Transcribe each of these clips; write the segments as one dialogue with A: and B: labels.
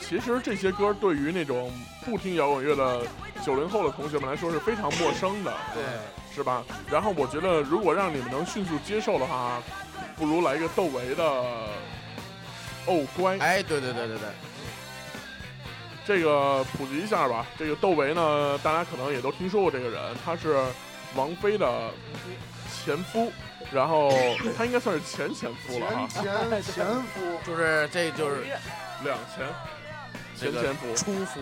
A: 其实这些歌对于那种不听摇滚乐的九零后的同学们来说是非常陌生的，
B: 对，
A: 是吧？然后我觉得，如果让你们能迅速接受的话，不如来一个窦唯的《哦乖》，
B: 哎，对对对对对，
A: 这个普及一下吧。这个窦唯呢，大家可能也都听说过这个人，他是王菲的前夫，然后他应该算是前前夫了
C: 前
A: 哈，
C: 前前夫，
B: 就是这就是
A: 两前
B: 这
A: 前
B: 个
A: 前夫
B: 初夫，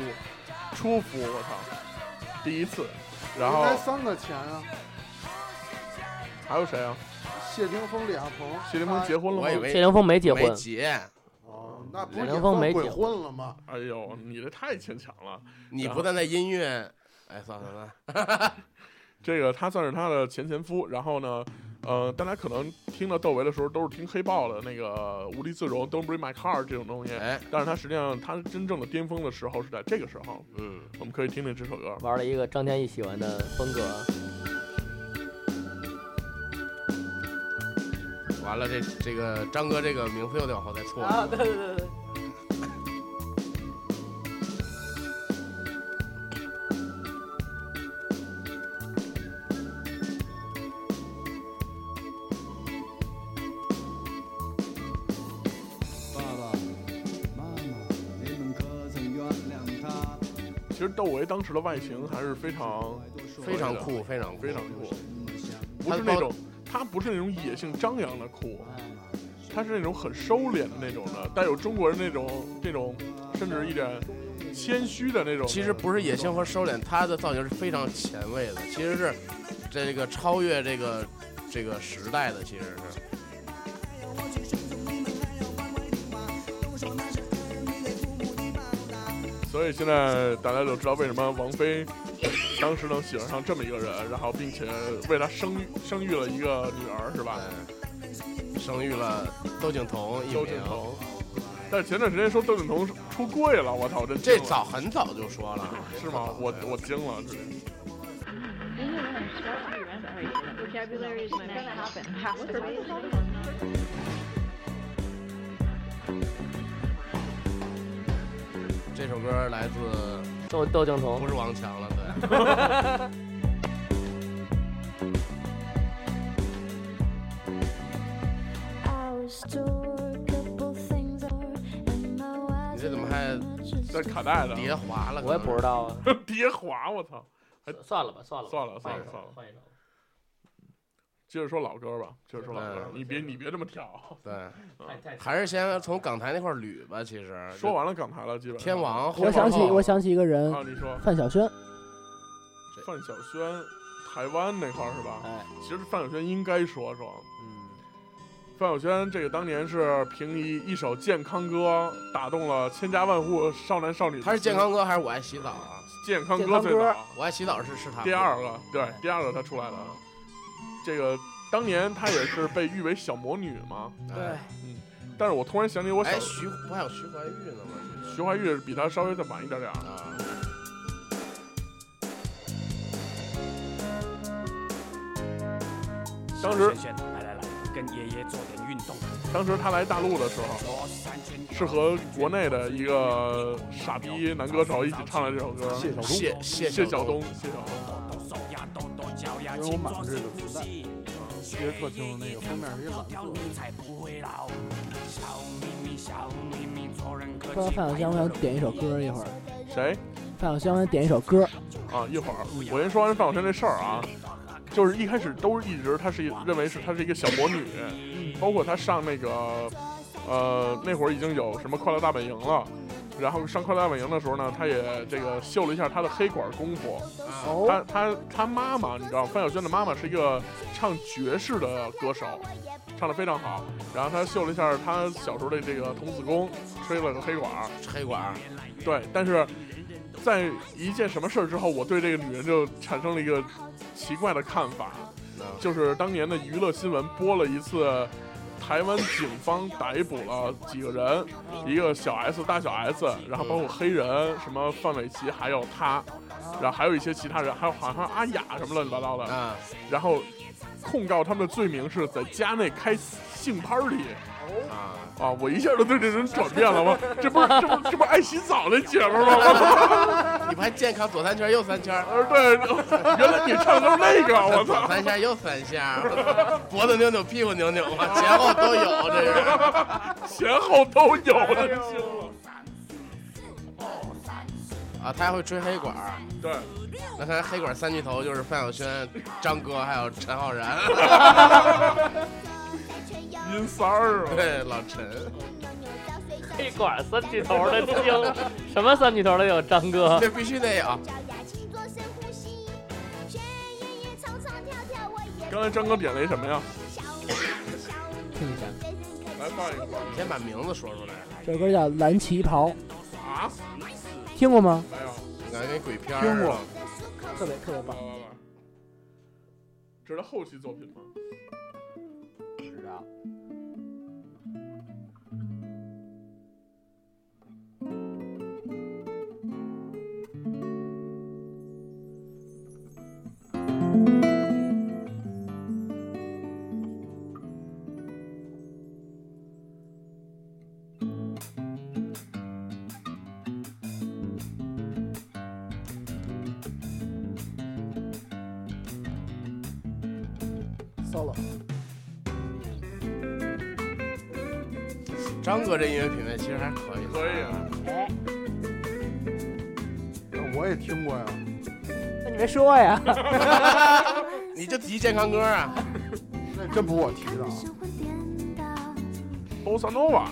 A: 初夫，我操，第一次。然
C: 应
A: 后
C: 该三个前啊，
A: 还有谁啊？
C: 谢霆锋、李亚鹏，
A: 谢霆锋结婚了吗
B: 我？以为
D: 谢霆锋没结
B: 没
D: 婚，
B: 结，
C: 哦，那不
D: 谢
C: 是
D: 霆
C: 也
D: 锋没
C: 算鬼
D: 结婚
C: 混了吗？
A: 哎呦，你这太牵强了。
B: 你不但在音乐，哎，算了算了，
A: 这个他算是他的前前夫，然后呢，呃，大家可能听到窦唯的时候都是听黑豹的那个《无地自容》《Don't Break My Heart》这种东西，
B: 哎，
A: 但是他实际上他真正的巅峰的时候是在这个时候，
B: 嗯，
A: 我们可以听听这首歌。
D: 玩了一个张天翼喜欢的风格。
B: 完了这这个张哥这个名字又得往后再错
E: 啊，
B: 了，
E: 对对对对，
F: 爸爸妈妈，你们可曾原谅他？
A: 其实窦唯当时的外形还是非常
B: 非常酷，非常酷，
A: 非常酷，
B: 他
A: 不
B: 哎
A: 是那种他不是那种野性张扬的酷，他是那种很收敛的那种的，带有中国人那种这种甚至一点谦虚的那种的。
B: 其实不是野性和收敛，他的造型是非常前卫的，其实是这个超越这个这个时代的，其实是。
A: 所以现在大家就知道为什么王菲当时能喜欢上这么一个人，然后并且为他生育生育了一个女儿，是吧？
B: 嗯，生育了窦靖童一
A: 窦
B: 名
A: 靖，童。但是前段时间说窦靖童出柜了，我操，我真惊
B: 这
A: 了
B: 早哎很早就说了，
A: 是吗？我我惊了，这是
G: Vocabulary is gonna happen. Has to happen.
B: 这首歌来自
D: 窦窦靖童
B: 不，是王强了，对，
H: 你这怎么还
A: 在卡带的
B: 碟滑了，
D: 我也不知
B: 道。
D: 道啊。
A: 叠滑，我操！
D: 算了吧，算了吧，
A: 算了
D: 换一
A: 算了
B: 哎
D: 首
A: 算了
D: 换一首。
A: 接着说老歌吧，接着说老歌，
B: 嗯啊
A: 你别你别这么跳。
B: 对，
D: 太太
B: 还是先从港台那块儿捋吧。其实
A: 说完了港台了，基本上
B: 天王，
E: 我想起
B: 后
E: 我想起一个人，
A: 啊，你说
E: 范晓萱，
A: 范晓萱，台湾那块儿是吧？
E: 哎，
A: 其实范晓萱应该说说，
E: 嗯，
A: 范晓萱这个当年是凭一一首《健康歌》打动了千家万户少男少女的心。
B: 他是健康哥还是我爱洗澡啊？
A: 健康
E: 健
A: 歌
E: 康
A: 最
E: 歌
A: 早，
B: 我爱洗澡是是他
A: 第二个对第二个他出来的。这个当年他也是被誉为小魔女嘛，
B: 对。
A: 但是我突然想起我小
B: 哎，徐不还有徐怀钰呢吗？其实
A: 徐怀钰比他稍微再晚一点点儿。
B: 啊，
A: 当时
I: 轩轩来来来，跟爷爷做点运动。
A: 当时他来大陆的时候，
I: 左三圈右
A: 是和国内的一个傻逼男歌手一起唱的这首歌。
C: 谢小东
B: 谢谢
A: 谢
B: 晓
A: 晓东，谢晓东。
I: 抖手呀，抖抖脚呀，
C: 因哎为我买了这个磁带，记得特清楚，那个封面是一蓝色的。
I: 你才不会老。小秘密，小秘密，做人客
E: 不知道
I: 气。
E: 范晓萱，我想点一首歌一会儿。
A: 谁？
E: 范晓萱，我想点一首歌，
A: 啊，一会儿我先说完范晓萱这事儿啊，就是一开始都是一直她是一认为是她是一个小魔女，
C: 嗯
A: 包括她上那个呃那会儿已经有什么快乐大本营了，然后上快乐大本营的时候呢，她也这个秀了一下她的黑管功夫。
C: 哦
A: 她她她妈妈，你知道范晓萱的妈妈是一个唱爵士的歌手，唱得非常好。然后她秀了一下她小时候的这个童子功，吹了个黑管。
B: 黑管儿，
A: 对，但是在一件什么事儿之后，我对这个女人就产生了一个奇怪的看法，
B: 嗯
A: 就是当年的娱乐新闻播了一次，台湾警方逮捕了几个人，一个小 S、大小 S，然后包括黑人，什么范玮琪，还有她，然后还有一些其他人，还有好像阿雅什么乱七八糟的，
B: 啊，
A: 然后控告他们的罪名是在家内开性 party。
B: 啊，
A: 啊！我一下就对这人转变了，我这不是这不这不爱洗澡那姐们儿吗？ 我操！
B: 啊你不还健康左三圈右三圈，
A: 对，原来你唱的都是那个，我
B: 左
A: 操！
B: 三下右三下，脖子扭扭屁股扭扭啊，前后都有，这是。
A: 前后都有了。
B: 啊，他还会吹黑管儿，
A: 对，
B: 那他黑管三巨头就是范晓萱、张哥还有陈浩然，
A: 阴三儿啊，
B: 对老陈，
D: 黑管三巨头的听，什么三巨头的有张哥？
B: 这必须得有。
A: 刚才张哥点了一什么呀？
E: 听一下，
A: 来放一个
B: 先把名字说出来，
E: 这首歌叫《蓝旗袍》，
A: 啊？
E: 听过吗？
A: 没有，
B: 感觉跟鬼片儿
A: 听
B: 似
A: 过
B: 的。
E: 特别特别棒
A: 来。来来，这是他后期作品吗？
C: 是啊，
E: solo，
B: 张哥这音乐品味其实还可以，
A: 可以啊，
C: 那我也听过呀。
E: 那你没说呀？
B: 你就提健康歌啊，
C: 那真不我提的啊，
A: 波萨诺瓦，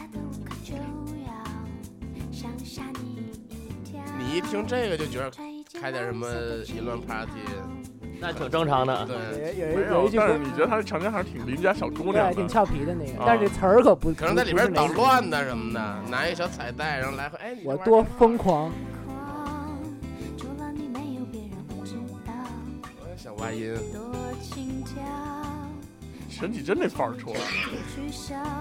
B: 你一听这个就觉得开点什么淫乱 party，
D: 那挺正常的。啊
E: 有
B: 对，
E: 有
A: 没
E: 一有
A: 有
E: 一，句
A: 但
E: 歌
A: 是你觉得他这唱腔还是挺邻家小姑娘
E: 对，挺
A: 的，
E: 俏皮的那个
A: 啊，
E: 但是这词儿可不，
B: 可能在里边
E: 不是那
B: 捣
E: 个。
B: 乱的什么的，拿一小彩带，然后来回，哎，你
E: 我
B: 这玩意儿
E: 多疯狂，
B: 小外音，
A: 陈绮贞那范儿出来了。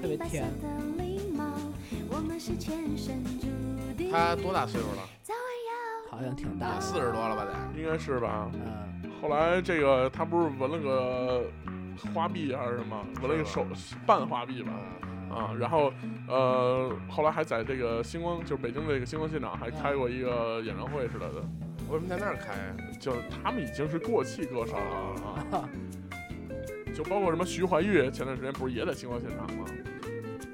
E: 特别甜。
B: 他多大岁数了？
E: 好像挺大的。
B: 四十多了吧得。
A: 应该是吧。
E: 嗯，
A: 后来这个他不是纹了个花臂还是什么，纹了一个手半花臂吧，啊，然后呃，后来还在这个星光，就是北京的这个星光现场还开过一个演唱会似的的，
B: 为什么在那儿开啊？
A: 就是他们已经是过气歌手了啊，就包括什么徐怀钰，前段时间不是也在星光现场吗？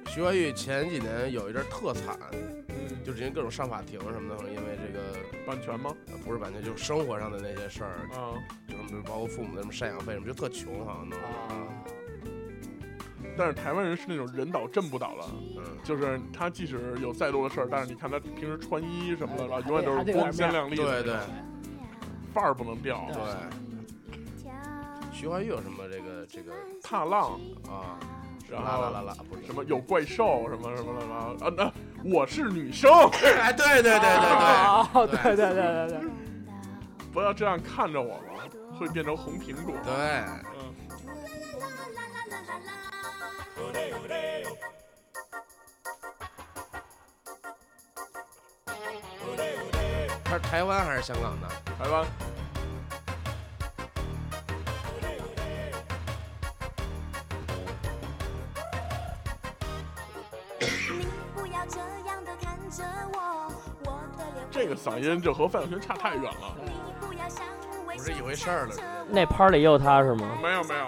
B: 徐怀钰前几年有一阵儿特惨，
A: 嗯，
B: 就是因为各种上法庭什么的，因为这个
A: 版权吗？
B: 呃不是版权，就是生活上的那些事儿，
A: 啊，
B: 就是包括父母的什么赡养费什么，就特穷，好像弄的。
A: 但是台湾人是那种人倒震不倒了，
B: 嗯，
A: 就是他即使有再多的事儿，但是你看他平时穿衣什么的，然后永远
E: 他
A: 都
E: 这
A: 是
E: 个
A: 光鲜亮丽的，
B: 对对
A: 范儿不能掉，
B: 对。徐怀钰有什么这个这个
A: 踏浪，
B: 啊？
A: 然
B: 啦啦
A: 后
B: 啦啦，不是
A: 什么有怪兽什么什么什么啊？那我是女生，
B: 哎，对对对对
A: 啊
E: 哦，对对对对对对，
A: 不要这样看着我们，会变成红苹果。
B: 对对，
A: 嗯，
B: 他是台湾还是香港的？
A: 台湾这个嗓音就和范晓萱差太远了。
B: 不是一回事儿了。
D: 那拍里也有他是吗？
A: 没有没有，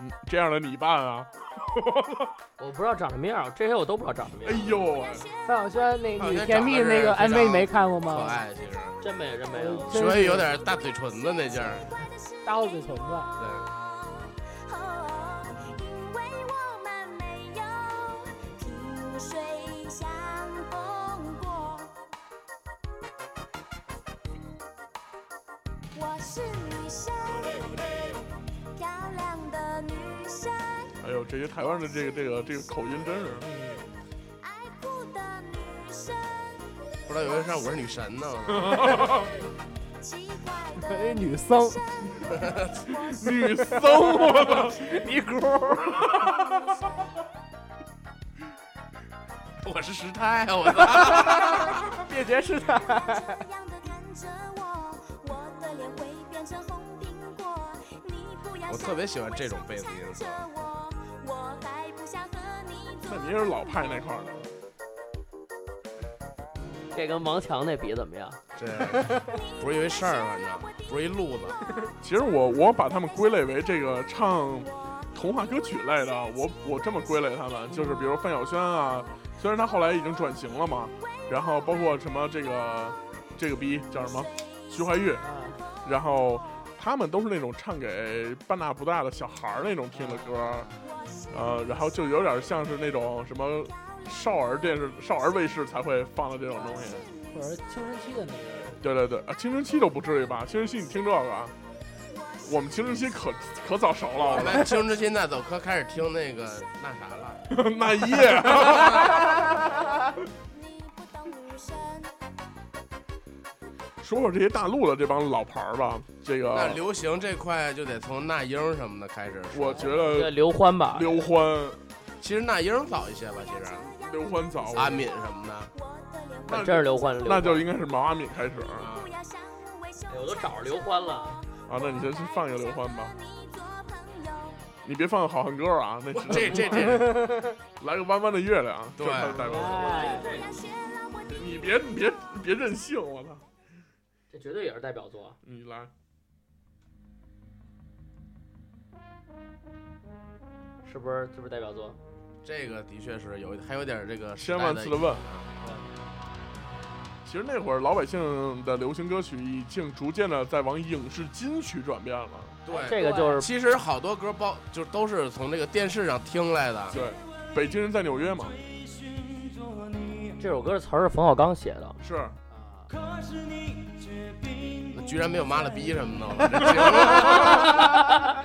A: 嗯，这样的你办啊？
D: 我不知道长什么样，这些我都不知道长什么
A: 哎
D: 样。
A: 呦喂，
E: 范晓萱那
B: 范晓
E: 女
B: 萱
E: 甜蜜
B: 长得
E: 那
B: 是
E: 个
B: 非常
E: MV 你没看过
B: 可
E: 吗？
B: 爱，其实
D: 真没有，真没有。
E: 真
B: 徐怀钰
E: 是
B: 有点大嘴唇子那劲儿。
E: 大厚嘴唇子。
B: 对，
A: 哎呦，这些台湾的这个这个这个口音真是，
B: 不知道有人上我 是女神呢。
E: 哎，女僧，
A: 女僧，我操！
E: 尼姑，
B: 我 是师太啊！我操！
E: 灭绝师太。
H: 这样的看着我，我的脸会变成红
B: 我特别喜欢这种贝斯音色。
A: 那你也是老派那块儿的，
D: 这跟王强那比怎么样？
B: 这不是一回事儿，反正不是一路子。
A: 其实我我把他们归类为这个唱
B: 啊
A: 童话歌曲类的，我我这么归类他们，就是比如范晓萱啊，虽然她后来已经转型了嘛，然后包括什么这个这个逼叫什么徐怀钰，
E: 啊
A: 然后他们都是那种唱给半大不大的小孩儿那种听的歌，呃，然后就有点像是那种什么少儿电视、少儿卫视才会放的这种东西。
H: 或者是青春期的那个
A: 对对对，啊，青春期都不至于吧？青春期你听这个啊，我们青春期可可早熟了，
B: 我
A: 我
B: 们青春期那早科开始听那个那啥了，
A: 们那一夜。说说这些大陆的这帮老牌儿吧，这
B: 那
A: 个
B: 流行这块就得从那英什么的开始。
A: 我觉
B: 呃
D: 这
A: 得
D: 刘欢吧，
A: 刘欢、
B: 其实那英早一些吧，其实
A: 刘欢早，
B: 阿敏什么的，
A: 那
D: 真是刘欢，刘欢
A: 那就应该是毛阿敏开始
B: 啊
D: 哎我都找着刘欢了，
A: 啊。那你先去放一个刘欢吧，你别放好汉歌啊，那是
B: 这这这，
A: 来个弯弯的月亮，
B: 对
A: 这太带过了
D: 哎，
A: 你别你别你别任性，我操！
D: 这绝对也是代表作。啊
A: 你来，
D: 是不是？是不是代表作？
B: 这个的确是有一，还有点这个时啊
A: 千
B: 代
A: 万
B: 的
A: 次的问。其实那会儿老百姓的流行歌曲已经逐渐的在往影视金曲转变了。
B: 对，
D: 这个就是
B: 其实好多歌包就都是从这个电视上听来的。
A: 对，北京人在纽约嘛，
D: 这首歌的词儿是冯小刚写的。
A: 是
B: 居然没有妈了逼什么的，我这节目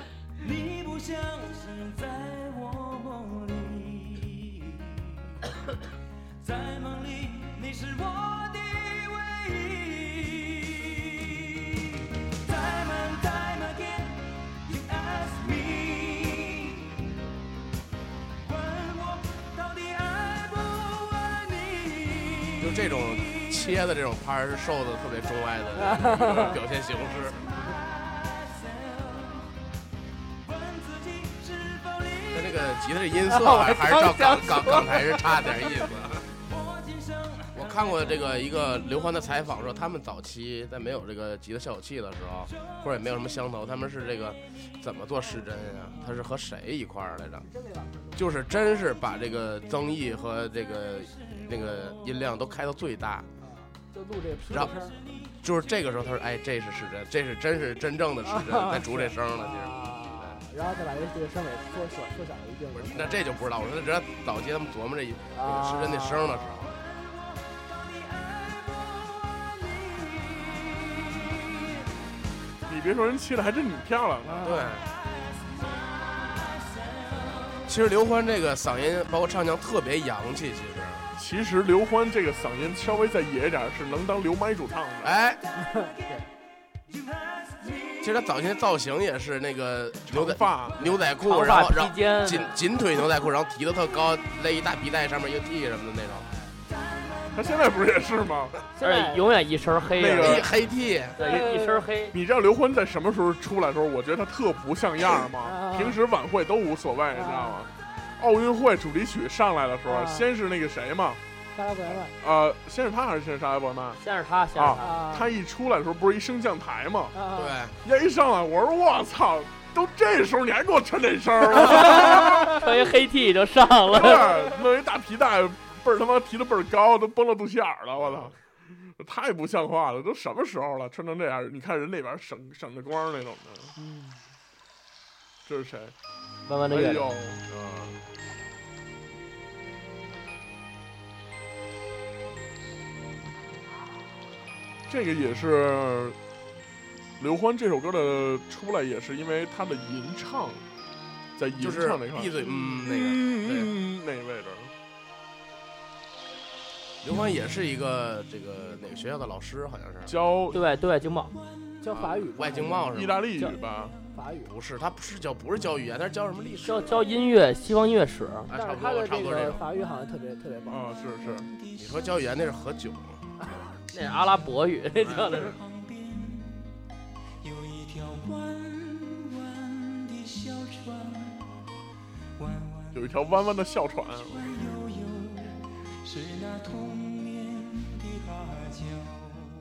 B: 就这种切的这种拍儿是受的特别钟爱的这个表现形式。但这个吉他的音色还还是照港港港台是差点意思。 我看过这个一个刘欢的采访说，他们早期在没有这个吉他效果器的时候，或者也没有什么相头，他们是这个怎么做失真呀、他是和谁一块儿来着？就是真是把这个增益和这个那个音量都开到最大，
E: 就录这个屁
B: 然
E: 股
B: 后
E: 声儿
B: 就是这个时候他说，哎，这是失真，这是真是真正的失真，
E: 啊
B: 在逐这声了，其实。
E: 啊，然后再把这这个声给缩小缩小一定
B: 不是，那这就不知道。我说，只要早期他们琢磨这一
E: 啊
B: 失真那声的时候，
A: 你别说人切的还真挺漂亮
D: 嗯
A: 的，
B: 对。其实刘欢这个嗓音，包括唱腔，特别洋气。其
A: 其
B: 实，
A: 实刘欢这个嗓音稍微再野一点，是能当刘麦主唱的。
B: 哎，其实他早期造型也是那个牛
A: 长
B: 仔
A: 发，啊
B: 牛仔裤，
D: 头
B: 然
D: 发
B: 后然
D: 披
B: 后
D: 肩，
B: 紧紧腿牛仔裤，然后提的特高，勒一大皮带，上面一个 T 什么的那种，
A: 他现在不是也是吗？
E: 现
D: 而
E: 在
D: 且永远一身黑啊
A: 那个
B: 一黑 T。
D: 对，一一身黑。
A: 你知道刘欢在什么时候出来的时候，我觉得他特不像样吗
E: 啊？
A: 平时晚会都无所谓，你知道吗？奥运会主题曲上来的时候，
E: 啊
A: 先是那个谁嘛，
E: 莎拉伯曼
A: 呃，先是他还是先是沙拉伯曼？
D: 先是他，先是他，
E: 啊，
A: 他一出来的时候不是一升降台吗？
D: 嗯
E: 啊
B: 对，
A: 呀，一上来我说我操，都这时候你还给我抻这声儿，
D: 穿一黑 T 就上
B: 哎
D: 了。
A: 对，弄一大皮带，倍儿他妈提的倍儿高，都崩到肚脐眼儿了，我操！太不像话了，都什么时候了，穿成这样？你看人那边省省着光那种的，这是谁？
D: 慢慢的
A: 哎
D: 越
A: 呦，这个也是刘欢这首歌的出来，也是因为他的吟唱，在吟
B: 就是
A: 唱那块儿，
B: 闭嘴，嗯，那个。
A: 嗯嗯嗯那个位置，
B: 刘欢也是一个这个哪个学校的老师，好像是
A: 教
D: 对对，经贸
E: 教法语，
B: 外经贸是吧
A: 意大利语吧，
E: 法语，
B: 不是，他不是教不是教语言，他是教什么历史？
D: 教教音乐，西方音乐史。
B: 啊，
E: 但
B: 差
E: 是
B: 不
E: 他
B: 多
E: 的
B: 差
E: 这
B: 不多这
E: 个
B: 种。
E: 法语好像特别特别棒，
A: 啊，是是，
B: 你说教语言那是何炅，
D: 那阿拉伯语， 那叫的是
I: 有一条弯弯的
A: 有一条弯弯的哮喘，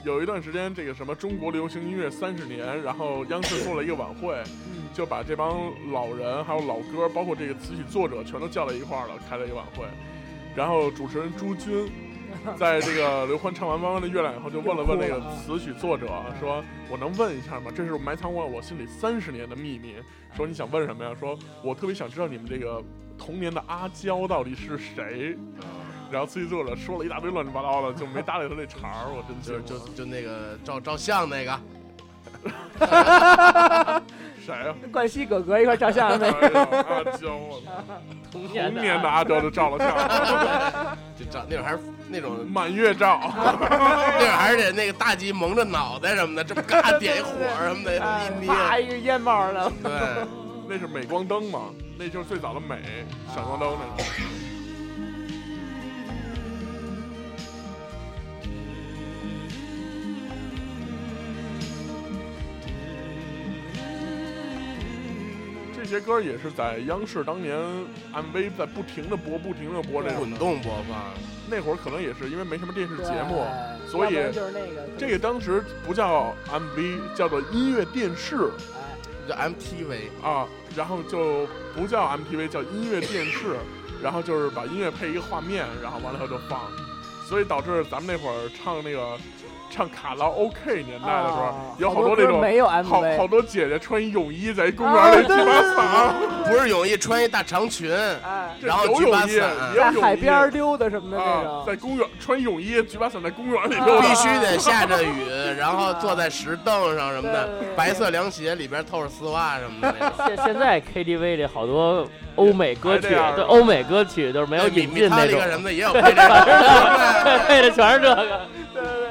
A: 有一段时间，这个什么中国流行音乐三十年，然后央视做了一个晚会，就把这帮老人还有老歌，包括这个词曲作者，全都叫到一块儿了，开了一个晚会。然后主持人朱军，在这个刘欢唱完《弯弯的月亮》以后，就问了问那个词曲作者，说：“我能问一下吗？这是埋藏我我心里三十年的秘密。”说你想问什么呀？说我特别想知道你们这个童年的阿娇到底是谁。然后词曲作者说了一大堆乱七八糟的，就没搭理他这茬儿，我真
B: 就
A: 就是
B: 就就那个照照相那个，
A: 谁啊？
E: 冠希哥哥一块照相
A: 哎
E: 呗。
A: 呦阿娇，我操
D: 童
A: 童
D: 年的
A: 年的阿娇都照了相，
B: 就照那会儿还是那种
A: 满月照。
B: 那会儿还是得那个大鸡蒙着脑袋什么的，这么嘎点一火什么的，
E: 哎
B: 一捏，
E: 啪一个烟帽了，
B: 对，
A: 那是镁光灯嘛，那就是最早的镁闪光灯那种。这些歌也是在央视当年 MV 在不停的播，不停的播这种
B: 滚。动播放，
A: 那会儿可能也是因为没什么电视
E: 对
A: 节目，所以
E: 要不然就是那个
A: 这个当时不叫 MV，叫做音乐电视。
E: 哎
B: 叫 MTV，
A: 啊，然后就不叫 MTV，叫音乐电视，然后就是把音乐配一个画面，然后完了以后就放，所以导致咱们那会儿唱那个唱卡拉 OK 年代的时候，
E: 啊
A: 有
E: 好
A: 好多那
E: 歌
A: 种
E: 没有
A: 好
E: MV，
A: 好多姐姐穿一泳衣在一公
E: 啊
A: 园里
E: 对
A: 鸡巴
E: 对
A: 嗓，
B: 不是泳衣穿一大长裙，
E: 哎，
A: 这
B: 然后
A: 有
B: 举把
A: 泳衣，也
B: 伞
A: 有
E: 在
A: 泳衣
E: 海边儿溜达什么的那
A: 啊，
E: 种，
A: 在公园穿泳衣举把伞在公园里
E: 啊
A: 溜
B: 必
A: 达，
B: 须得下着雨，然后坐在石凳上什么
E: 对对
B: 的，
E: 对
B: 白色凉鞋里边透着丝袜什么的那种。
D: 现现在 KTV 里好多欧美歌曲，
A: 还这样
D: 对欧美歌曲都是没有
B: 米
D: 引
B: 米
D: 进
B: 他
D: 那
A: 哎
B: 那
D: 种
B: 个，什么的也有
D: 对
B: 配这
D: 对
B: 个，
D: 配的全是这个。
E: 对对对，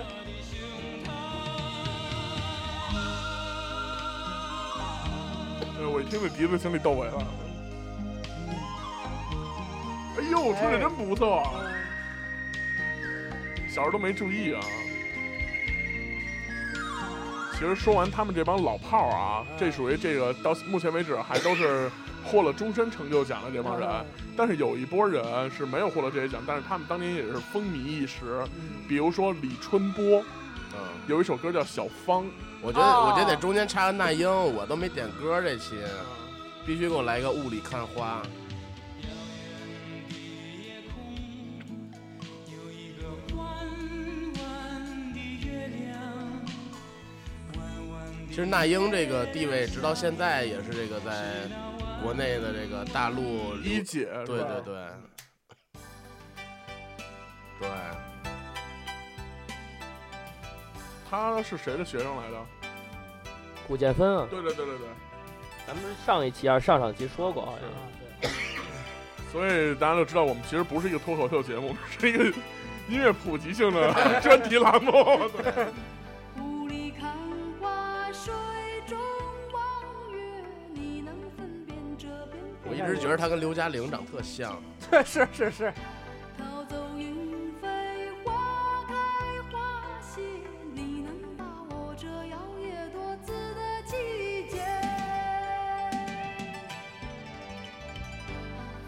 A: 哎我一听这笛子心里窦唯了。哎呦，吹的真不错啊！小时候都没注意啊。其实说完他们这帮老炮儿啊，这属于这个到目前为止还都是获了终身成就奖的这帮人，但是有一波人是没有获得这些奖，但是他们当年也是风靡一时。比如说李春波
B: 嗯
A: 有一首歌叫《小芳》，
B: 我觉得我觉得得中间插个那英，我都没点歌这期，
D: 嗯
B: 必须给我来个雾里看花。其实那英这个地位，直到现在也是这个在国内的这个大陆流
A: 一姐是
B: 对
A: 吧
B: 对对，对，
A: 她是谁的学生来着？
D: 古建芬啊，
A: 对对对对对。
D: 咱们上一期还是上上期说过，好像
A: 所以大家就知道，我们其实不是一个脱口秀节目， 是一个音乐普及性的专题栏目。
J: 雾里看花，水中望月，你能分辨这边
B: 我一直觉得她跟刘嘉玲长特像。
E: 对是是是，
J: 逃走云飞，花开花谢，你能把握这摇曳多姿的季节。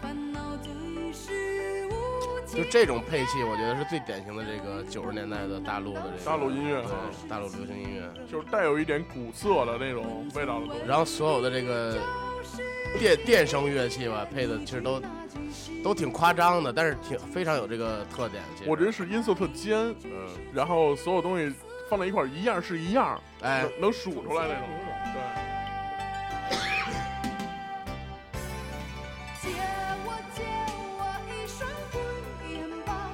J: 烦恼最是无
B: 就
J: 情。
B: 这种配器，我觉得是最典型的这个九十年代的大陆的这个
A: 大陆音乐
B: 对大陆流行音乐。
A: 就是带有一点古色的那种味道的东西。
B: 然后所有的这个电电声乐器吧，配的其实都都挺夸张的，但是挺非常有这个特点。其实
A: 我觉得是音色特尖，呃
B: 嗯，
A: 然后所有东西放在一块儿一样是一样，
B: 哎，
A: 能能数出来那种。对，
J: 借我借我一双棍眼吧，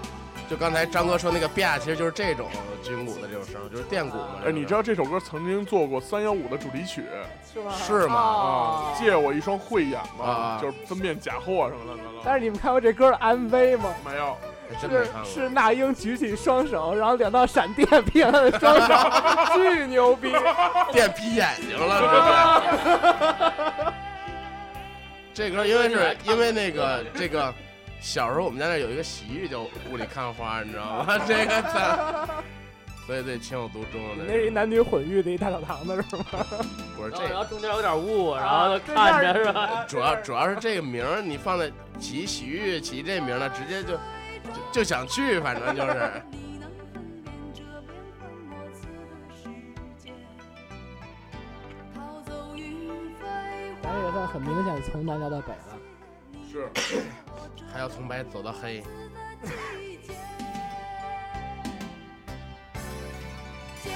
B: 就刚才张哥说那个吧，其实就是这种军鼓的这种声，就是电鼓嘛。
A: 哎，你知道这首歌曾经做过三幺五的主题曲
E: 是吗？
B: 是吗？
A: 啊，借我一双慧眼嘛，
B: 啊
A: 就是分辨假货什么的乱七八
E: 但
A: 糟。
E: 是你们看过这歌的 MV 吗？
A: 没有，
B: 哎真没
E: 是
B: 看过。
E: 是那英举起双手，然后两道闪电劈他的双手，巨牛 逼！
B: 电劈眼睛了，对不对？ 这歌因为是因为那个这个， 小时候我们家那有一个洗浴叫雾里看花，你知道吗？这个咱所以得情有独钟。
E: 那
B: 这
E: 是一男女混浴的一大澡堂子是吗？
B: 不是
D: 然
B: 这
D: 后然后
B: 个，
D: 中间有点雾，然
E: 啊
D: 后看着是吧？
B: 主要主要是这个名儿，你放在起洗浴起这名儿呢，直接就就就想去，反正就是。
J: 你能分辨这变幻莫测的世界，逃走云飞
H: 咱这也算很明显从南聊到北了。
A: 是
B: 还要从白走到黑。
J: 的季节。借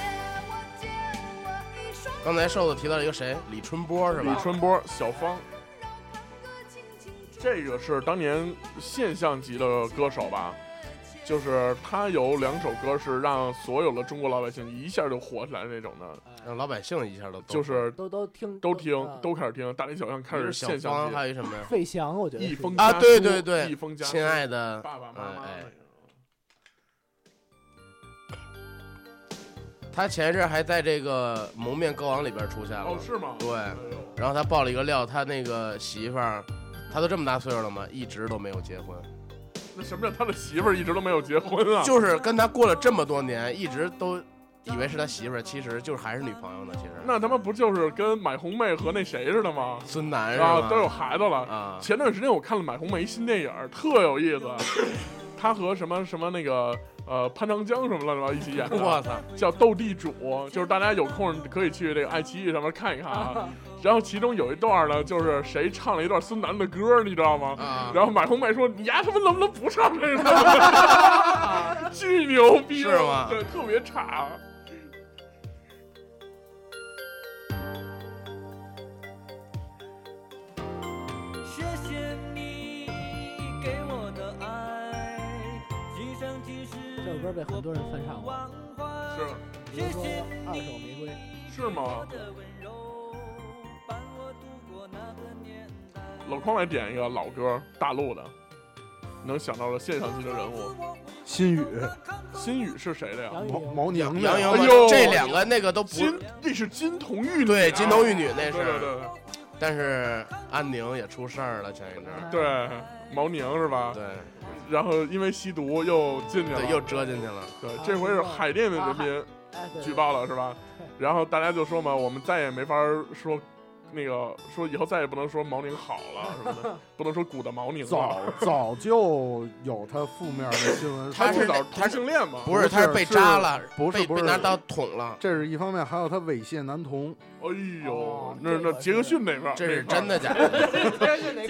J: 我借我一双
B: 刚才瘦子提到了一个谁，李春波是
A: 李
B: 吧？
A: 春波、小芳，
J: 柔软的轻轻触
A: 这个是当年现象级的歌手吧？就是他有两首歌是让所有的中国老百姓一下就火起来那种的，
B: 让老百姓一下都懂
A: 就是
H: 都都听
A: 都听
B: 嗯
H: 啊
A: 都开始听，大街小巷开
B: 一
A: 始
B: 个是
A: 现
B: 小
A: 象
B: 芳，
A: 级。
B: 还有一什么呀？
H: 费翔，我觉得
A: 一
H: 是
A: 封
B: 啊
A: 家
B: 对
A: 书
B: 对对
A: 一封家书，
B: 亲爱的
A: 爸爸妈妈，
B: 哎哎
A: 那
B: 他前一阵还在这个《蒙面歌王》里边出现
A: 个
B: 了。
A: 哦，是吗？
B: 对
A: 哎呦
B: 然后他爆了一个料，他那个媳妇儿，他都这么大岁数了嘛，一直都没有结婚，
A: 那什么叫他的媳妇儿一直都没有结婚啊？
B: 就是跟他过了这么多年，一直都以为是他媳妇儿，其实就是还是女朋友呢。其实
A: 那他妈不就是跟买红妹和那谁似的吗？
B: 孙楠是吧？
A: 啊，都有孩子了。
B: 啊，
A: 前段时间我看了买红梅新电影儿，特有意思。他和什么什么那个呃潘长江什么乱七八糟一起演的，
B: 我操，
A: 叫《斗地主》，就是大家有空可以去这个爱奇艺上面看一看啊。 然后其中有一段呢，就是谁唱了一段孙楠的歌，你知道吗？
B: 啊
A: 然后买红梅说：“你丫他妈能不能不唱这个？” 巨牛逼，
B: 是吗
A: 对，特别差。啊
I: 谢谢你给我的爱，今生今世
H: 这首歌被很多人翻唱过，
I: 忘怀。
A: 是
H: 比如说二手玫瑰，
A: 是吗？
I: 的温柔伴我度过那个年代。
A: 老匡来点一个老歌，大陆的，能想到的现象级的人物。
C: 心语，
A: 心语是谁的呀？
H: 杨钰
C: 毛
H: 莹
C: 毛宁
B: 杨
C: 呀，
B: 洋
A: 哎呦
B: 这两个那个都不
A: 金，那是金童玉女啊，
B: 对金童玉女
A: 对
B: 那是，
A: 对对
B: 但是安宁也出事儿了前一阵
H: 哎
B: 儿，
A: 对对，毛宁啊是吧？
B: 对
A: 然后因为吸毒又进去了，
B: 对又折进去了。
A: 对，这回是海淀的人民
H: 哎，对
A: 举报了是吧？然后大家就说嘛，我们再也没法说那个说以后再也不能说毛宁好了什么 的，不能说古的毛宁
C: 早
A: 了。
C: 早就有他负面的新闻，
B: 他
A: 最
B: 是
A: 早
B: 他
A: 同性恋嘛？
B: 不是，
C: 不
B: 他
C: 是
B: 是被
C: 是
B: 扎了，
C: 不是
B: 被
C: 不
B: 被
C: 是
B: 拿刀捅了，
C: 这是一方面，还有他猥亵男童，
A: 哎呦
H: 哦，
A: 那那
H: 这个
A: 杰克逊那边儿，
B: 这是
A: 那块儿
B: 真的假的？
D: 杰克逊的，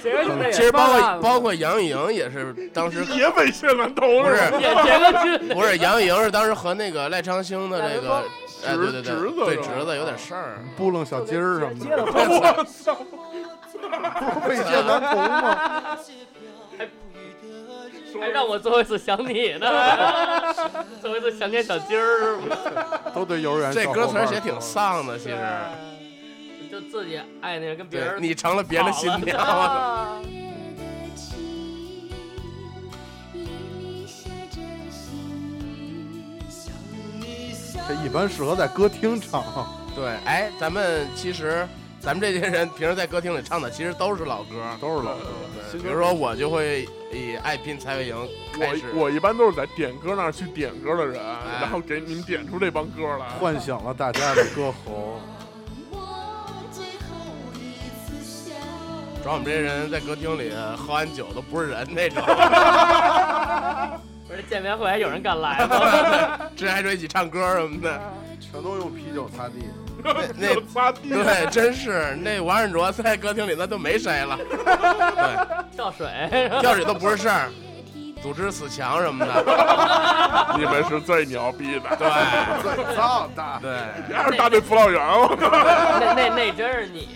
E: 杰克逊那也
B: 其实包
E: 翻案
B: 括
E: 了
B: 包括杨钰莹也是当时
A: 也猥亵男童
B: 不是
A: 吧？
D: 也杰克 逊
B: 不是杨钰莹是当时和那个赖昌星的这个
A: 侄
B: 哎对对对
A: 侄子
B: 对
A: 是吧
B: 侄子有点事儿，
C: 扑棱小鸡儿什么
H: 接了
C: 的，
H: 婚了，
A: 我操！
C: 猥亵男童吗？
D: 还让我最后一次想你 呢，最后一次想念小鸡儿是吗？
C: 都对幼儿园
B: 这
C: 小
B: 歌
C: 伙
B: 词
C: 伴
B: 儿
C: 儿
B: 写挺丧的，其实
D: 就自己爱那人跟别
B: 对
D: 人
B: 你成了别人的新娘了。
J: 月的情，夜里下着细雨。
C: 这一般适合在歌厅唱，
B: 对，哎，咱们其实咱们这些人平时在歌厅里唱的其实都是老歌，
C: 都是老歌。
B: 对，比如说我就会以《爱拼才会赢》开始，
A: 我我一般都是在点歌那儿去点歌的人，
B: 哎
A: 然后给你们点出这帮歌来。
C: 唤醒了大家的歌喉，
J: 我最后一次笑，
B: 主要我们这些人在歌厅里喝完酒都不是人那种，
D: 不是见面会还有人敢来 吗？
B: 之前还说一起唱歌什么的，
C: 全都用啤酒擦地。
B: 那
A: 就擦 地，
B: 对，真是那王振卓在歌厅里那都没谁了，对，
D: 跳水，
B: 跳水都不是事儿，组织死墙什么的，
A: 你们是最牛逼的。
B: 对啊
C: 最操蛋！
B: 对，
A: 还是大队辅导员，啊我靠！
D: 那那那真是你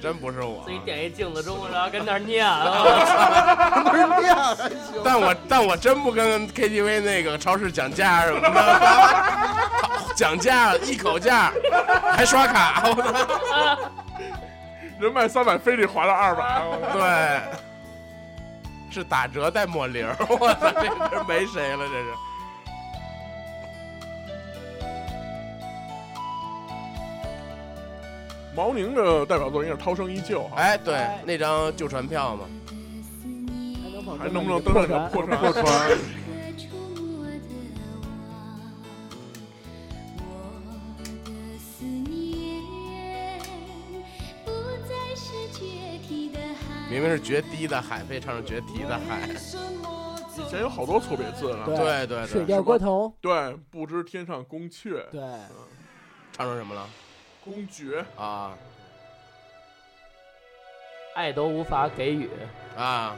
B: 真不是我
D: 自，己点一镜子钟，然后跟那儿念啊，
C: 啊
B: 但我但我真不跟 KTV 那个超市讲价什么的， 讲价一口价，还刷卡， 我操
A: 人卖三百，非得划到二百，啊我操
B: 对。是打折带抹零儿， 我操，这这没谁了，这是。
A: 毛宁的代表作应该是《涛声依旧》啊，
B: 哎，对，那张旧传票嘛，
A: 还能不能登上这个破船？
C: 破船
J: 何处我的望？
B: 明明是决堤的海，非唱成决堤的海。
A: 以前有好多错别字呢。
B: 对对
H: 水
B: 对，
H: 调歌头，
A: 对，不知天上宫阙，
H: 对，
B: 唱成什么了
A: 宫爵，
B: 啊
D: 爱都无法给予，
B: 啊？
A: 啊，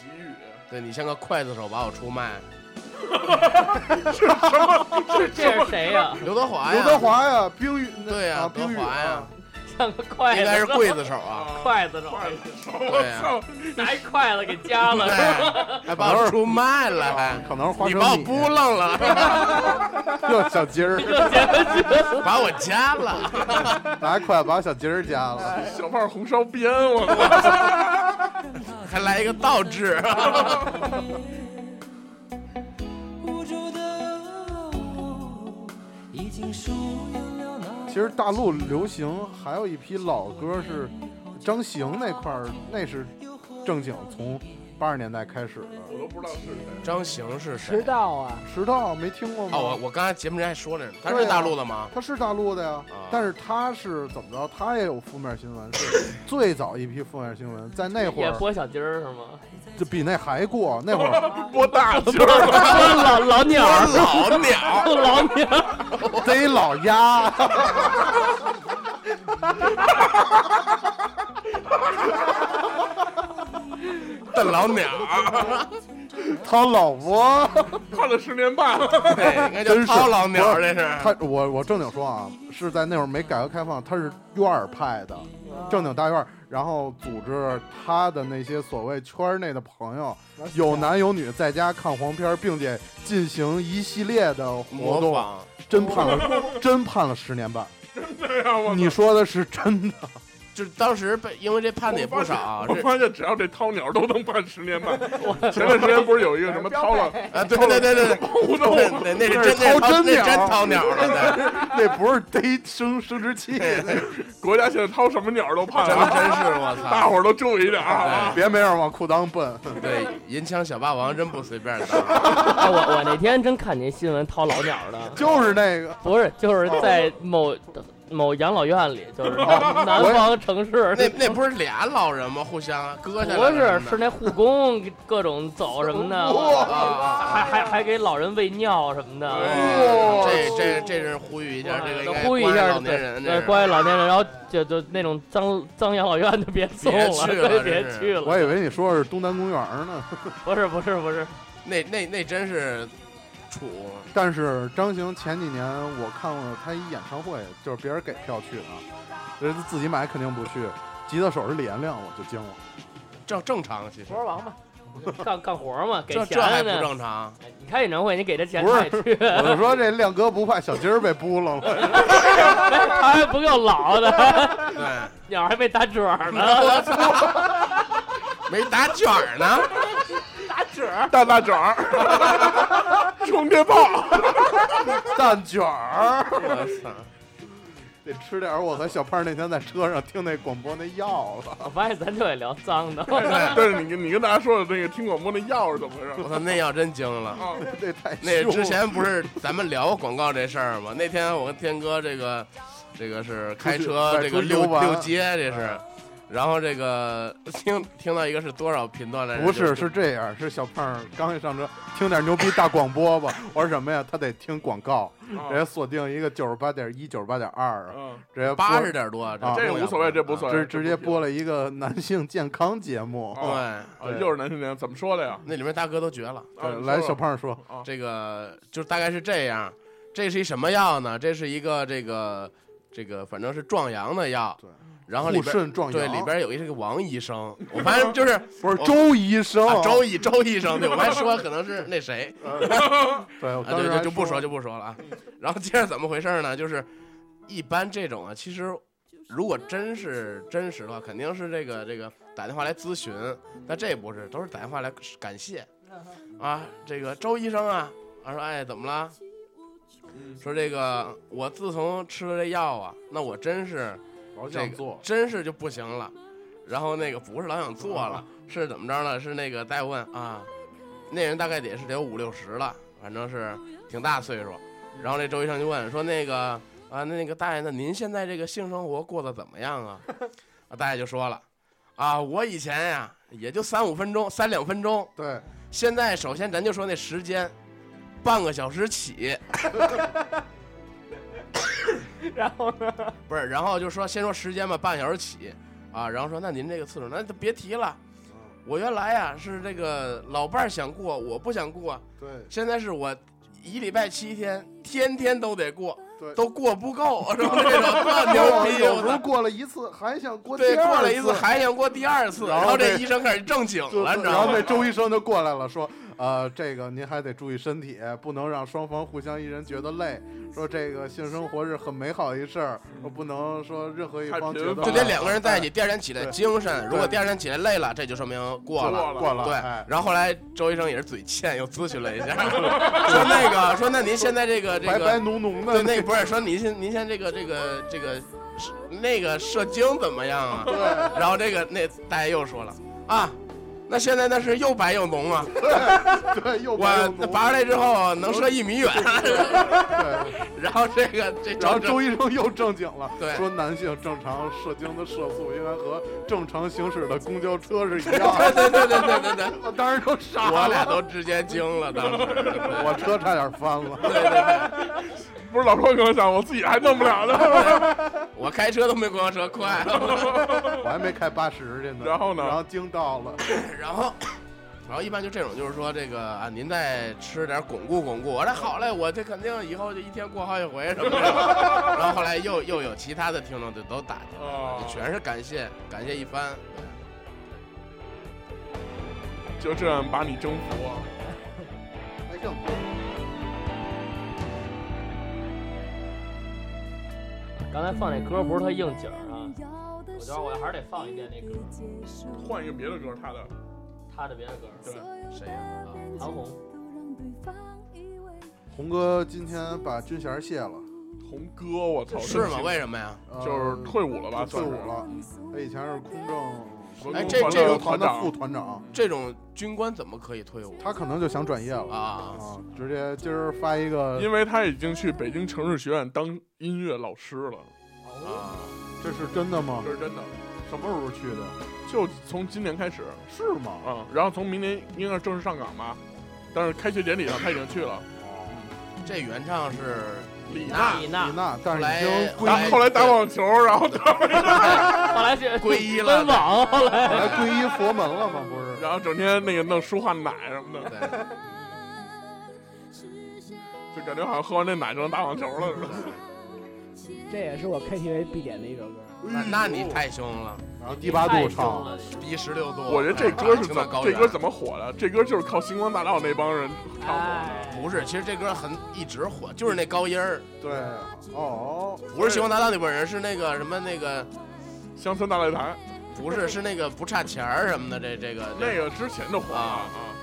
A: 给予，
B: 对你像个刽子手把我出卖，
D: 这是谁呀？
B: 刘德华呀，
C: 刘德华呀，冰雨
B: 对呀、
C: 啊，
B: 德
C: 冰雨
B: 华呀，
D: 像个筷子，
B: 应该是刽子手啊，
D: 筷子手，
A: 筷子手，
B: 对呀
A: 我操，
D: 拿一筷子给夹
C: 哎
D: 了，
B: 对，还 把我出卖了，还
C: 可能是花
B: 你把我
C: 生
B: 扑 棱了，
C: 又小鸡儿，
D: 又捡了去了。
B: 把我夹了，
C: 拿筷子把小鸡儿夹了，
A: 小胖红烧边，我操，
B: 还来一个倒置，
I: 无助的我，已经疏远了那。
C: 其实大陆流行还有一批老歌是张行那块儿，那是正经从八十年代开始的。
A: 我都不知道是谁，
B: 张行是谁
H: 迟？到啊，
C: 迟到没听过吗？
B: 哦，我我刚才节目之前还说着呢，他
C: 对啊
B: 是
C: 呀
B: 大陆的吗？
C: 他是大陆的呀，
B: 啊
C: 但是他是怎么着？他也有负面新闻， 是最早一批负面新闻，在那会
D: 也
C: 儿
D: 播小鸡儿是吗？
C: 就比那还过。那会儿
A: 播大劲儿了，
D: 老老鸟
B: 我老鸟，
D: 老鸟，
C: 逮老鸭，
B: 的老鸟，
C: 掏老婆。
A: 看了十年半了，
B: 对，应该叫
C: 真是
B: 涛老鸟，
C: 不
B: 这是。
C: 他我我正经说啊，是在那会儿没改革开放，他是院儿派的，
B: 啊
C: 正经大院儿，然后组织他的那些所谓圈儿内的朋友，有男有女，在家看黄片儿，并且进行一系列的活
B: 模
C: 动，
B: 仿，
C: 真判了，真判了十年半。
A: 对呀，我操
C: 你说的是真的？
B: 就是当时被因为这判的也不少，啊
A: 我
B: 这
A: 发现只要这掏鸟都能办十年半。前段时间不是有一个什么掏了
B: 啊，对对对对对，
A: 掏
B: 那
A: 的，
B: 那那
C: 那
B: 是真那
C: 掏
B: 是掏
C: 真
B: 那
C: 鸟
B: 真掏鸟了，对
C: 那不是逮生生殖器，
A: 国家现在掏什么鸟都判
B: 真
A: 了，
B: 真是我
A: 大
B: 操！
A: 伙儿都注意点啊！好吧
C: 别没事往裤裆奔。
B: 对，银枪小霸王真不随便当，
D: 哎我我那天真看见新闻掏老鸟的，
C: 就是那个，
D: 不是就是在某
B: 哦
D: 某养老院里， 就是南方城市，
B: 那那不是俩老人吗？互相割下来
D: 不是
B: 什么的
D: 是那护工各种走什么的，
B: 啊
D: 还还还给老人喂尿什么
B: 啊！
D: 的。
B: 啊这这这是呼吁一下，这个应该
D: 呼吁一下
B: 关爱老年人，
D: 对，
B: 这
D: 对
B: 是
D: 关于老年人，然后就就那种脏脏养老院就别 送
B: 别
D: 了，
B: 去了
D: 对，
B: 真
D: 别
B: 是
D: 去了。
C: 我以为你说是东南公园呢，
D: 不是不是不是，
B: 那那那真是处
C: 但是张行前几年我看过他一演唱会，就是别人给票去的，人家自己买肯定不去。吉他手是李延亮，我就惊了。
B: 正正常，其实
E: 活儿王吧，
D: 干干活嘛，给
B: 这这还
D: 钱
B: 不
D: 呢。
B: 正 常，
D: 你开演唱会，你给他钱
C: 不
D: 他
C: 是
D: 也去，
C: 我就说这亮哥不怕小鸡儿被扑棱了，
D: 他还不够老的，
B: 对，
D: 鸟还没打爪呢。
B: 我操，没打卷儿呢。
A: 大大卷儿，充电炮，
C: 蛋卷儿。
B: 我操！
C: 得吃点儿我和小胖那天在车上听那广播那药了。
D: 哦我发现咱就得聊脏的，
A: 但是你跟你跟大家说的那个听广播那药是怎么回事
B: 我？操，那要真惊了。
A: 啊，
C: 这太
B: 那
C: 凶
B: 之
C: 了
B: 前不是 咱们聊过广告这事儿吗？那天我跟天哥这个，这个是开车
C: 出
B: 这
C: 去
B: 个
C: 外
B: 溜
C: 出游玩
B: 溜街，这是。然后这个听听到一个是多少频段来着？
C: 不，
B: 就是
C: 是这样，是小胖刚一上车，听点牛逼大广播吧。我说什么呀？他得听广告，
A: 啊
C: 直接锁定一个九十八点一、九十八点二，
A: 嗯，
C: 直接播
B: 呃八十，点多，
C: 啊
A: 这个无所谓，这无所谓，
C: 直直接播了一个男性健康节目。
A: 啊
B: 谓。对，哦
A: 啊，又是男性恋，怎么说的呀？
B: 那里面大哥都绝了。
A: 啊
C: 对，来小，胖说，
B: 这个就大概是这样，这是一什么药呢？这是一个这个这个，反正是壮阳的药。
C: 对，
B: 然后里
C: 护
B: 边
C: 肾壮阳，
B: 对里边有一这个王医生，我发现就是
C: 不是周医生
B: 啊，，周易周医生，对我 还说可能是那谁，
C: 对，我
B: 啊，
C: 当
B: 对
C: 时
B: 对，
C: 还嗯
B: 就不说就不说了啊。然后接着怎么回事呢？就是一般这种啊，其实如果真是真实的话，肯定是这个这个打电话来咨询，但这不是，都是打电话来感谢
C: 嗯
B: 啊。这个周医生啊，他说哎怎么了？说这个我自从吃了这药啊，那我真是
C: 老
B: 这
C: 想
B: 个
C: 做，
B: 真是就不行了。然后那个不是老想做 了，是怎么着呢？是那个大夫问啊，那人大概也是得有五六十了，反正是挺大岁数。然后那周医生就问说那个 啊，那那个大爷，那您现在这个性生活过得怎么样啊？啊，大爷就说了，啊，我以前呀、也就三五分钟、三两分钟。
C: 对，
B: 现在首先咱就说那时间，半个小时 起，
E: 然后呢？
B: 不是，然后就说先说时间吧，半个小时起啊，然后说那您这个次数，那就别提了。我原来呀、是这个老伴儿想过，我不想过，
C: 对
B: 现在是我一礼拜七天，天天都得过，
C: 对
B: 都过不够，是吧？这种特牛逼，
C: 有
B: 我
C: 时候
B: 操！
C: 过了一次还想过第
B: 哎对，过
C: 二
B: 了一次还想过第二次，
C: 然后
B: 然后这
C: 这
B: 医生开始正经
C: 就
B: 了，你知
C: 然
B: 道
C: 后
B: 吗
C: 那？周医生就过来了，说，呃，这个您还得注意身体，不能让双方互相一人觉得累。说这个性生活是很美好一事儿，说不能说任何一
A: 太
C: 方
A: 频
C: 觉得
A: 繁
B: 就得两个人在一起，第二天起来
C: 哎对
B: 精神，如果
C: 对
B: 第二天起来累了，这就说明过了。
C: 过了，
B: 对
C: 哎，
B: 然后后来周医生也是嘴欠，又咨询了 一下，说那个，说那您现在这个这
C: 白白
B: 个，
C: 浓浓的，
B: 对，那个不是说您现您现在这个这个这个是那个射精怎么样啊？然后这个那大爷又说了啊，那现在那是又白又浓啊，
C: 对对，又白又
B: 我
C: 浓
B: 拔出来之 后能射一米远，
C: 对
B: 然后这个这
C: 然后
B: 周
C: 周医生又正经了，
B: 对
C: 说男性正常射精的射速应该和正常行驶的公交车是一样 的。
B: 对对对对对对，
C: 我当时都傻
B: 我俩
C: 了，
B: 都直接惊了，当时。
C: 我车差点翻了。
B: 对对对，
A: 不是老说跟我讲，我自己还弄不了呢。
B: 我开车都没公交车快。
C: 我还没开八十去呢。
A: 然后呢
C: 然后惊到了，
B: 然后， 然后一般就这种，就是说这个啊，您再吃点巩固巩固。我说好嘞，我这肯定以后就一天过好几回什么的。 然后后来又又有其他的听众就都打进
A: 啊
B: 来，全是感谢感谢一番。
A: 就这样把你征服啊。
C: 还更
D: 刚才放那歌不是特应景儿啊，我觉得我还是得放一遍那歌，
A: 换一个别的歌，他的
D: 他的别的歌儿，
A: 对
B: 谁呀、啊？
D: 韩红。
C: 红哥今天把军衔卸了，
A: 红歌，我操，
B: 是吗？
A: 真
B: 为什么呀？
C: 呃
A: 就是退伍了吧
C: 退
A: 算是
C: 伍了。他以前是空政
B: 哎
A: 文工团
B: 这这
A: 的
B: 种
A: 团
C: 团的
A: 长
C: 副团长，
B: 这种军官怎么可以退伍
C: 他可能就想转业了
B: 啊？
C: 啊，直接今儿发一个，
A: 嗯因为他已经去北京城市学院当音乐老师了，
B: 啊，
C: 这是真的吗
A: 这？是真的。
C: 什么时候去的？
A: 就从今年开始，
C: 是吗？
A: 嗯，然后从明年应该是正式上岗吧，但是开学典礼上他已经去了。
C: 哦
B: 这原唱是
A: 李
D: 娜，
A: 娜，
D: 李
C: 李
D: 娜，
C: 娜，但是已经
B: 后
C: 归
A: 打
B: 来
A: 后来打网球，然后他
D: 后来是
B: 皈依了
D: 奔网，后来
C: 后来皈依佛门了吗？不是，
A: 然后整天那个弄舒化奶什么的，
B: 对，
A: 就感觉好像喝完这奶就能打网球了似的。
H: 这也是我 KTV 必点的一首歌。
B: 那那你太凶了，
C: 然后 第八度唱，
D: 了，
B: 逼十六度。哎
A: 我觉得这歌是
B: 青
A: 怎
B: 藏高
A: 这
B: 原
A: 歌怎么火的？这歌就是靠星光大道那帮人唱
B: 啊
A: 的。
D: 哎，
B: 不是，其实这歌很一直火，就是那高音儿，
C: 对，哦，
B: 不是《星光大道》那本人，是那个什么那个，
A: 乡村大擂台
B: 不是是那个不差钱儿什么的，这这个
A: 那个之前就火了
B: 啊
A: 啊。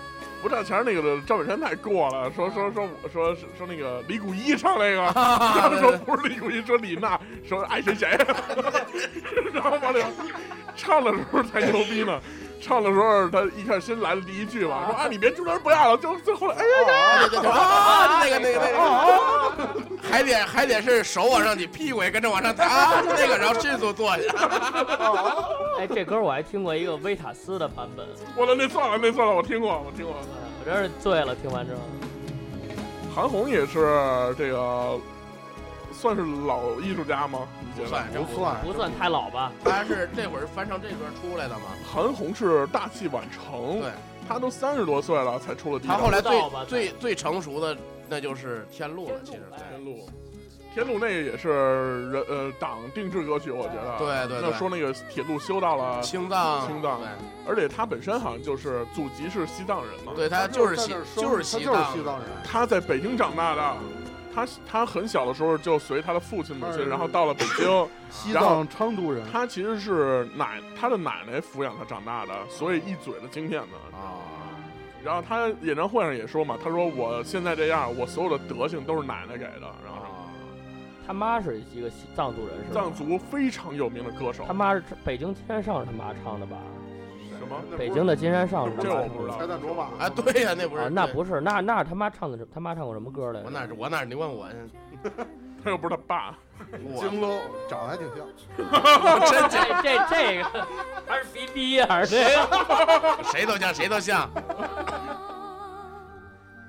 A: 不挣钱那个赵本山太过了，说说说我说说说那个李谷一唱那
B: 啊
A: 个， 他们说不是李谷一，说李娜，说爱谁谁， 然后完了唱的时候才牛逼呢。唱的时候，他一开始先来了第一句嘛，说啊你别中间不要了，就最后来哎哎呀呀，
B: 啊，对对对，啊，那个那个那个，还得还得是手往上举，屁股也跟着往上抬，啊，那个然后迅速坐下。
D: 哎，这歌我还听过一个维塔斯的版本，
A: 我的那算了那算了，我听过我听过。
D: 我真是醉了，听完之后，
A: 韩红也是这个算是老艺术家吗？你觉
B: 不
A: 得
B: 算，这
C: 不。算，
D: 不算太老吧？
B: 他是这会儿翻唱这歌出来的嘛？
A: 韩红是大器晚成，
B: 对，
A: 她都三十多岁了才出了第一
B: 他
A: 张。
B: 后来
D: 不到吧
B: 最最最成熟的那就是《天路》了，其实
A: 天路，天路那个也是人呃党定制歌曲，我觉得。
B: 对对
A: 啊
B: 对
A: 那说那个铁路修到了
B: 对，，青藏
A: 青藏
B: 对
A: 而且他本身好像就是祖籍是西藏人嘛。
B: 对，他
C: 他
B: 就是
C: 在
B: 西
C: 那儿生
B: 就是
C: 他
B: 西
C: 就是
B: 藏
C: 西藏人，
A: 他在北京长大的。他他很小的时候就随他的父亲母
C: 二
B: 嗯
A: 亲，然后到了北京。
C: 西
A: 然后
C: 藏昌都人，
A: 他其实是奶他的奶奶抚养他长大的，所以一嘴的经验的。
B: 啊。
A: 然后他演唱会上也说嘛，他说我现在这样，我所有的德性都是奶奶给的。然后什
B: 啊
A: 么
D: 他妈是一个西藏族人是吧？
A: 藏，族非常有名的歌手，
D: 他妈是北京金山上是他妈唱的吧？
A: 什么？
D: 北京的金山上是他
A: 这
D: 妈
A: 我
D: 唱
A: 不知
D: 的。
A: 道
C: 彩。蛋卓玛
B: 啊，对呀、那不是、
D: 啊，那
B: 对
D: 不是，那那他妈唱的什，他妈唱过什么歌来
B: 我
D: 着？
B: 哪我哪你问我？
A: 他又不是他爸，
C: 京东长得还挺像，
B: 真假
D: 这这这个还是鼻逼眼儿这个，
B: 谁都像谁都像，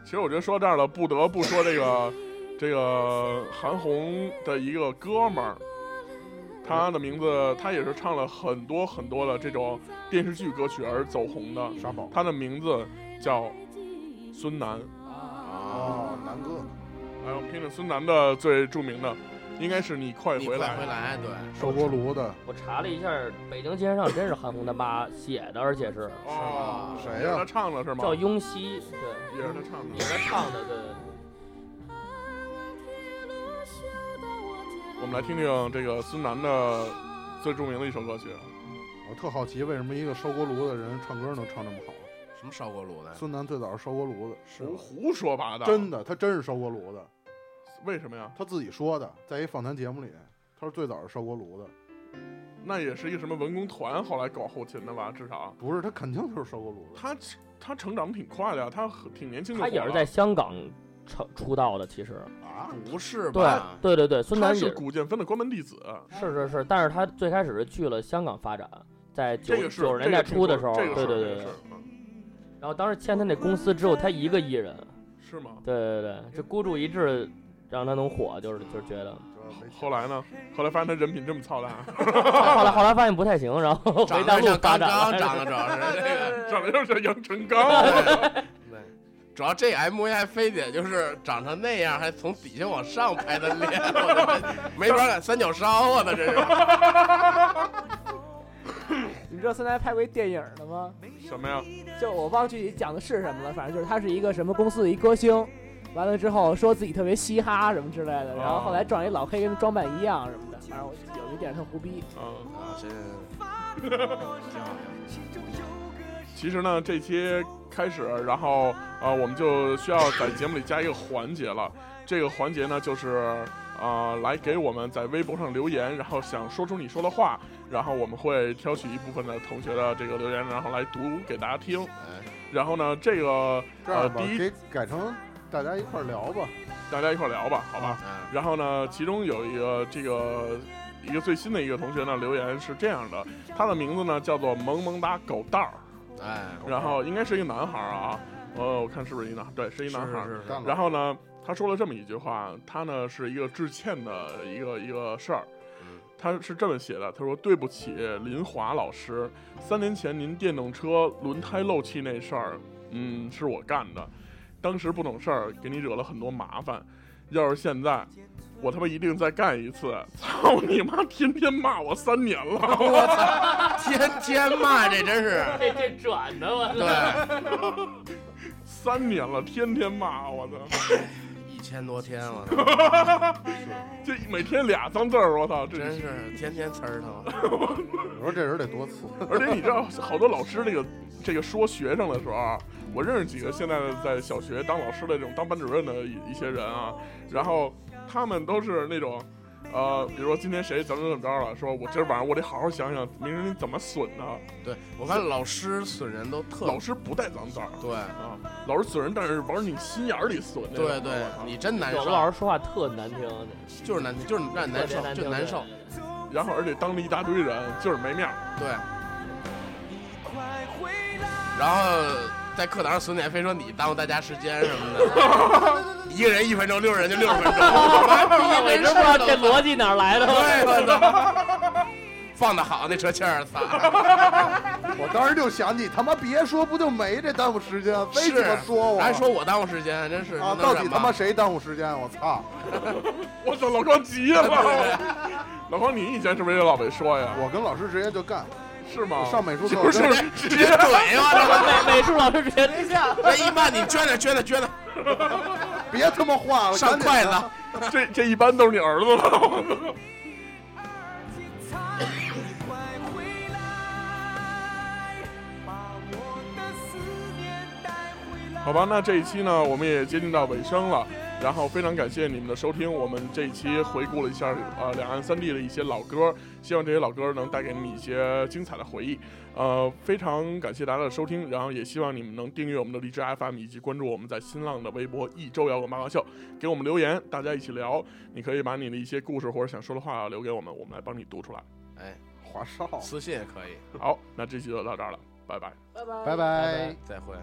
A: 其实我觉得说到这儿了，不得不说这个这个韩红的一个哥们儿，他的名字他也是唱了很多很多的这种电视剧歌曲而走红的，
C: 沙宝
A: 他的名字叫孙楠。
C: 哦，南哥，
A: 哎，我们听听孙楠的最著名的，应该是你快
B: 你
A: 回
B: 快
A: 来。
B: 回来，对，
C: 烧锅炉的
D: 我查了一下，《北京街上》真是韩红他妈写的，而且是
A: 哦，
C: 谁呀
A: 也是他唱的是吗？
D: 叫雍熙，对，
A: 也是他唱
D: 也
A: 的。
D: 是唱的，对。
A: 我们来听听这个孙楠的最著名的一首歌曲。
C: 我特好奇为什么一个烧锅炉的人唱歌能唱这么好。啊
B: 什么烧锅炉的？
C: 孙楠最早是烧锅炉的，是
A: 胡胡说八道，
C: 真的，他真是烧锅炉的，
A: 为什么呀？
C: 他自己说的，在一访谈节目里，他说最早是烧锅炉的，
A: 那也是一个什么文工团后来搞后勤的吧？至少
C: 不是他肯定就是烧锅炉的。
A: 他他成长挺快的呀，他很挺年轻就
D: 他也
A: 火
D: 是啊
A: 了
D: 在香港出出道的，其实，
B: 不是
D: 对
B: 吧？
D: 对对对，孙楠
A: 他
D: 也
A: 是
D: 是
A: 古建芬的关门弟子，
D: 是是是，但是他最开始是去了香港发展，在
A: 这
D: 九
A: 个是
D: 九十年代初的时候，
A: 这个
D: 对
A: 是这
D: 对对
A: 个
D: 对
A: 是，嗯
D: 然后当时签他那公司只有他一个艺人，
A: 是吗？
D: 对对对，这孤注一掷让他能火，就是就是觉 得，
A: 后来呢？后来发现他人品这么操蛋，啊
D: 后来后来发现不太行，然后 回
B: 长
D: 大
B: 得
D: 陆
B: 像
D: 发
B: 刚刚
D: 展
B: 长
D: 了。
B: 得主要是这个，
A: 长得就是杨成 刚，啊
B: 对，主要这 MV 还非得就是长成那样，还从底下往上拍的脸，我的 没法儿三角烧啊，那这是。
E: 你知道孙楠拍过一电影的吗？
A: 什么呀？
E: 就我忘具体讲的是什么了，反正就是他是一个什么公司的一歌星，完了之后说自己特别嘻哈什么之类的，然后后来撞一老黑跟装扮一样什么的，反正我有一点特胡逼。
A: 嗯，
B: 啊，这
A: 其实呢，这期开始，然后呃，我们就需要在节目里加一个环节了。这个环节呢，就是呃，来给我们在微博上留言，然后想说出你说的话，然后我们会挑取一部分的同学的这个留言，然后来读给大家听。
B: 哎
A: 然后呢，这个
C: 这样
A: 呃，
C: 吧，
A: 第一
C: 给改成大家一块儿聊吧。
A: 大家一块儿聊吧，好吧？
B: 嗯，
A: 然后呢，其中有一个这个一个最新的一个同学呢留言是这样的，他的名字呢叫做萌萌哒狗蛋儿，
B: 哎，
A: 然后应该是一个男孩儿啊，呃，我看是不是一男，对，是一
B: 是
A: 男孩儿。
B: 是是
C: 干了
A: 然后呢，他说了这么一句话，他呢是一个致歉的一个一个事儿
B: 嗯。
A: 他是这么写的：“他说对不起，林华老师，三年前您电动车轮胎漏气那事儿，嗯，是我干的，当时不懂事儿，给你惹了很多麻烦。要是现在，我他妈一定再干一次！操你妈，天天骂我三年了。
B: 我操，天天骂这真 是，
D: 这这转的 我
B: 对，
A: 三年了，天天骂我操！
B: 一千多天我操，
A: 这每天俩脏字儿，我操！这
B: 真是天天呲儿他，
C: 你说这人得多次，
A: 而且你知道，好多老师这个这个说学生的时候啊，我认识几个现在在小学当老师的这种当班主任的一一些人啊，然后他们都是那种。呃，比如说今天谁怎么怎么着了，说我今儿晚上我得好好想想，明儿你怎么损呢？
B: 对我看老师损人都特
A: 老师不带脏字儿
B: 对
A: 啊，老师损人，但是往你心眼儿里损那种。
B: 对对
A: 我，操
B: 你真难
D: 有的老
B: 受，
D: 师说话特难听，
B: 就是难，就是让你难
D: 特别
B: 受，
D: 听
B: 就难 受，。
A: 然后而且当着一大堆人，就是没面儿。
B: 对。然后在课堂上损点，非说你耽误大家时间什么的， 一个人一分钟，六个人就六十分钟，
D: 我一直不知道这逻辑哪儿来的。
B: 对 我操，放的好，那车气儿撒，
C: 我当时就想你他妈别说，不就没这耽误时间，非鸡巴
B: 是
C: 说我，
B: 还说我耽误时间，真是
C: 啊，
B: 能
C: 到
B: 忍
C: 底
B: 吗
C: 他妈谁耽误时间？啊我操！
A: 我操，老高急了。老高，你以前是不是也老被说呀？
C: 我跟老师直接就干，
A: 是吗？
C: 上美术
A: 就
C: 课
A: 是
C: 我
A: 直
B: 直接
A: 接
B: 怼我
D: 美美术老师直接
B: 这，那一般你撅着撅着撅着
C: 别他妈画了，
B: 上
C: 哦赶紧啊
B: 筷子，
C: 的
A: 这这一般都是你儿子了。好吧，那这一期呢，我们也接近到尾声了。然后非常感谢你们的收听，我们这一期回顾了一下呃两岸三地的一些老歌，希望这些老歌能带给你们一些精彩的回忆。呃，非常感谢大家的收听，然后也希望你们能订阅我们的荔枝 FM 以及关注我们在新浪的微博一周摇滚八卦秀，给我们留言，大家一起聊。你可以把你的一些故事或者想说的话留给我们，我们来帮你读出来。
B: 哎，
C: 华少，
B: 私信也可以。
A: 好，那这期就到这儿了，拜拜，
E: 拜拜
C: 拜拜
B: 再会。